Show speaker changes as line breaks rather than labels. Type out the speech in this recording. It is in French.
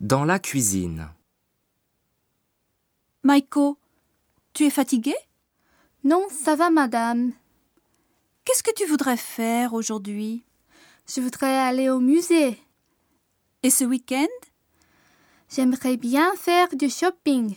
Dans la cuisine.
Maiko, tu es fatiguée
Non, ça va, madame.
Qu'est-ce que tu voudrais faire aujourd'hui
Je voudrais aller au musée.
Et ce week-end
J'aimerais bien faire du shopping.